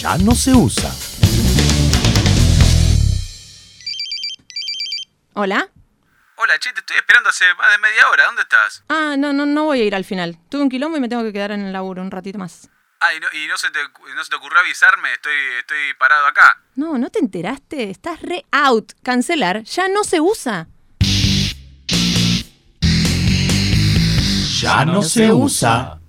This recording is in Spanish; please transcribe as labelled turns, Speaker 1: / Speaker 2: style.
Speaker 1: ya no se usa.
Speaker 2: ¿Hola?
Speaker 3: Hola, che, te estoy esperando hace más de media hora. ¿Dónde estás?
Speaker 2: Ah, no, no, no voy a ir al final. Tuve un quilombo y me tengo que quedar en el laburo un ratito más.
Speaker 3: Ah, y no, y no se, te, no se te ocurrió avisarme. Estoy, estoy parado acá.
Speaker 2: No, ¿no te enteraste? Estás re out. Cancelar ya no se usa.
Speaker 1: Ya no se usa.